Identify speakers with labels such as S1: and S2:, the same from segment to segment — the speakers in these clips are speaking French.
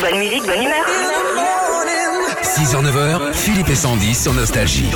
S1: Bonne musique, bonne humeur.
S2: 6h, 9h, Philippe et Sandy sur Nostalgie.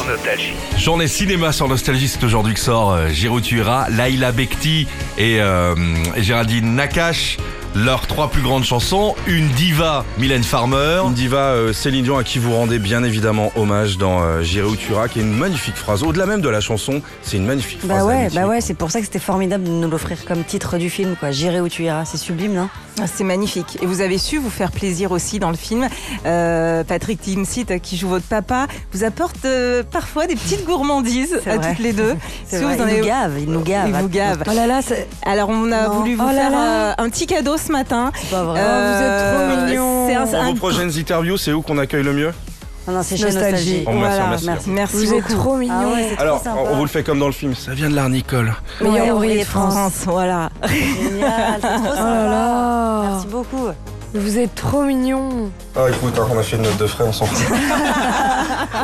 S3: Journée cinéma sur Nostalgie, c'est aujourd'hui que sort euh, Jiro Tuira, Laila Bekti et, euh, et Géraldine Nakache. Leurs trois plus grandes chansons, une diva, Mylène Farmer.
S4: Une diva euh, Céline Dion à qui vous rendez bien évidemment hommage dans euh, J'irai où tu iras, qui est une magnifique phrase. Au-delà même de la chanson, c'est une magnifique
S5: Bah
S4: phrase.
S5: ouais,
S4: d'amitié.
S5: bah ouais, c'est pour ça que c'était formidable de nous l'offrir comme titre du film, quoi. J'irai où tu iras, c'est sublime, hein. non
S6: Ah, C'est magnifique. Et vous avez su vous faire plaisir aussi dans le film. Euh, Patrick Timsit, qui joue votre papa, vous apporte euh, parfois des petites gourmandises
S5: C'est
S6: à
S5: vrai.
S6: toutes les deux.
S5: C'est
S6: Si
S5: vrai,
S6: vous en
S5: Il
S6: avez-
S5: nous gave, il nous gave.
S6: Il vous gave.
S5: Oh là là, c'est
S6: Alors on a
S5: Non.
S6: voulu vous
S5: Oh là
S6: faire
S5: là.
S6: euh, un petit cadeau ce matin.
S5: pas vrai. Oh,
S6: Euh,
S5: vous êtes trop mignons.
S6: C'est un,
S4: Dans
S6: un-
S4: vos prochaines interviews, c'est où qu'on accueille le mieux
S5: Ah Non, non, c'est chez
S7: Nostalgie.
S5: Nostalgie.
S4: On remercie, on remercie.
S6: merci, merci
S7: Vous êtes
S6: beaucoup.
S7: trop mignons.
S5: Ah ouais, c'est
S4: Alors,
S5: trop sympa.
S4: on vous le fait comme dans le film, ça vient de l'art Nicole.
S5: Meilleur ouvrier de
S6: France.
S5: France.
S6: voilà.
S5: Génial, c'est trop
S7: Oh là
S5: sympa.
S7: là
S5: Merci beaucoup.
S7: Vous êtes trop mignons
S4: Ah écoute, on a fait une note de frais, on s'en fout.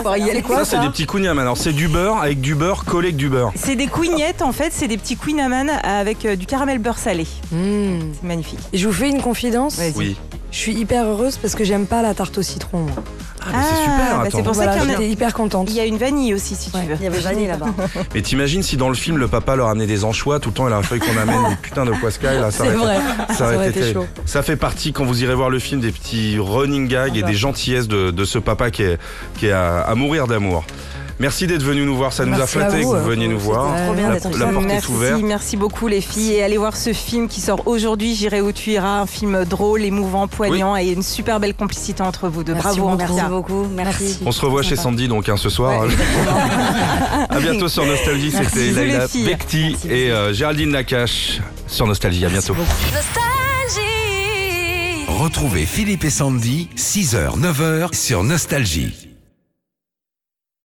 S6: Bon, il y a les-
S4: Ça, c'est des petits cougnams. Alors, c'est du beurre avec du beurre collé avec du beurre.
S6: C'est des queenettes en fait, c'est des petits queenaman avec euh, du caramel beurre salé.
S7: Hmm.
S6: C'est magnifique.
S7: Et Je vous fais une confidence.
S6: Vas-y.
S4: Oui.
S7: Je suis hyper heureuse parce que j'aime pas la tarte au citron. moi.
S4: Ah, mais c'est super,
S6: bah,
S4: attends.
S6: c'est pour ça
S7: Voilà,
S6: qu'il y en a-
S7: j'étais hyper contente.
S6: il y a une vanille aussi si tu
S7: Ouais.
S6: veux.
S5: Il y avait Vanille là-bas.
S4: Mais t'imagines si dans le film, le papa leur amenait des anchois, tout le temps, il a fallu qu'on amène des putains de poiscailles, là, ça aurait
S7: C'est
S4: été-
S7: vrai.
S4: Ça aurait été
S7: chaud.
S4: terrible. Ça fait partie, quand vous irez voir le film, des petits running gags et des gentillesses de, de ce papa qui est, qui est à, à mourir d'amour. Merci d'être venu nous voir, ça nous
S7: Merci
S4: a
S7: à
S4: flatté que
S7: vous,
S4: vous
S7: hein.
S4: veniez nous voir.
S5: Trop bien
S4: La-
S5: d'être
S4: la
S5: là.
S4: porte est
S6: merci,
S4: ouverte.
S6: merci beaucoup les filles et allez voir ce film qui sort aujourd'hui, J'irai où tu iras, un film drôle, émouvant, poignant et une super belle complicité entre vous deux.
S5: Merci
S6: Bravo en
S5: beaucoup.
S6: tout cas.
S5: Merci beaucoup. Merci.
S4: On se revoit chez Sandy donc hein, ce soir. à bientôt sur Nostalgie,
S6: Merci.
S4: c'était
S6: Bisous,
S4: Laila
S6: les filles.
S4: Bekti et euh, Géraldine Nakache sur Nostalgie. À bientôt.
S2: Retrouvez Philippe et Sandy, 6h, 9h sur Nostalgie.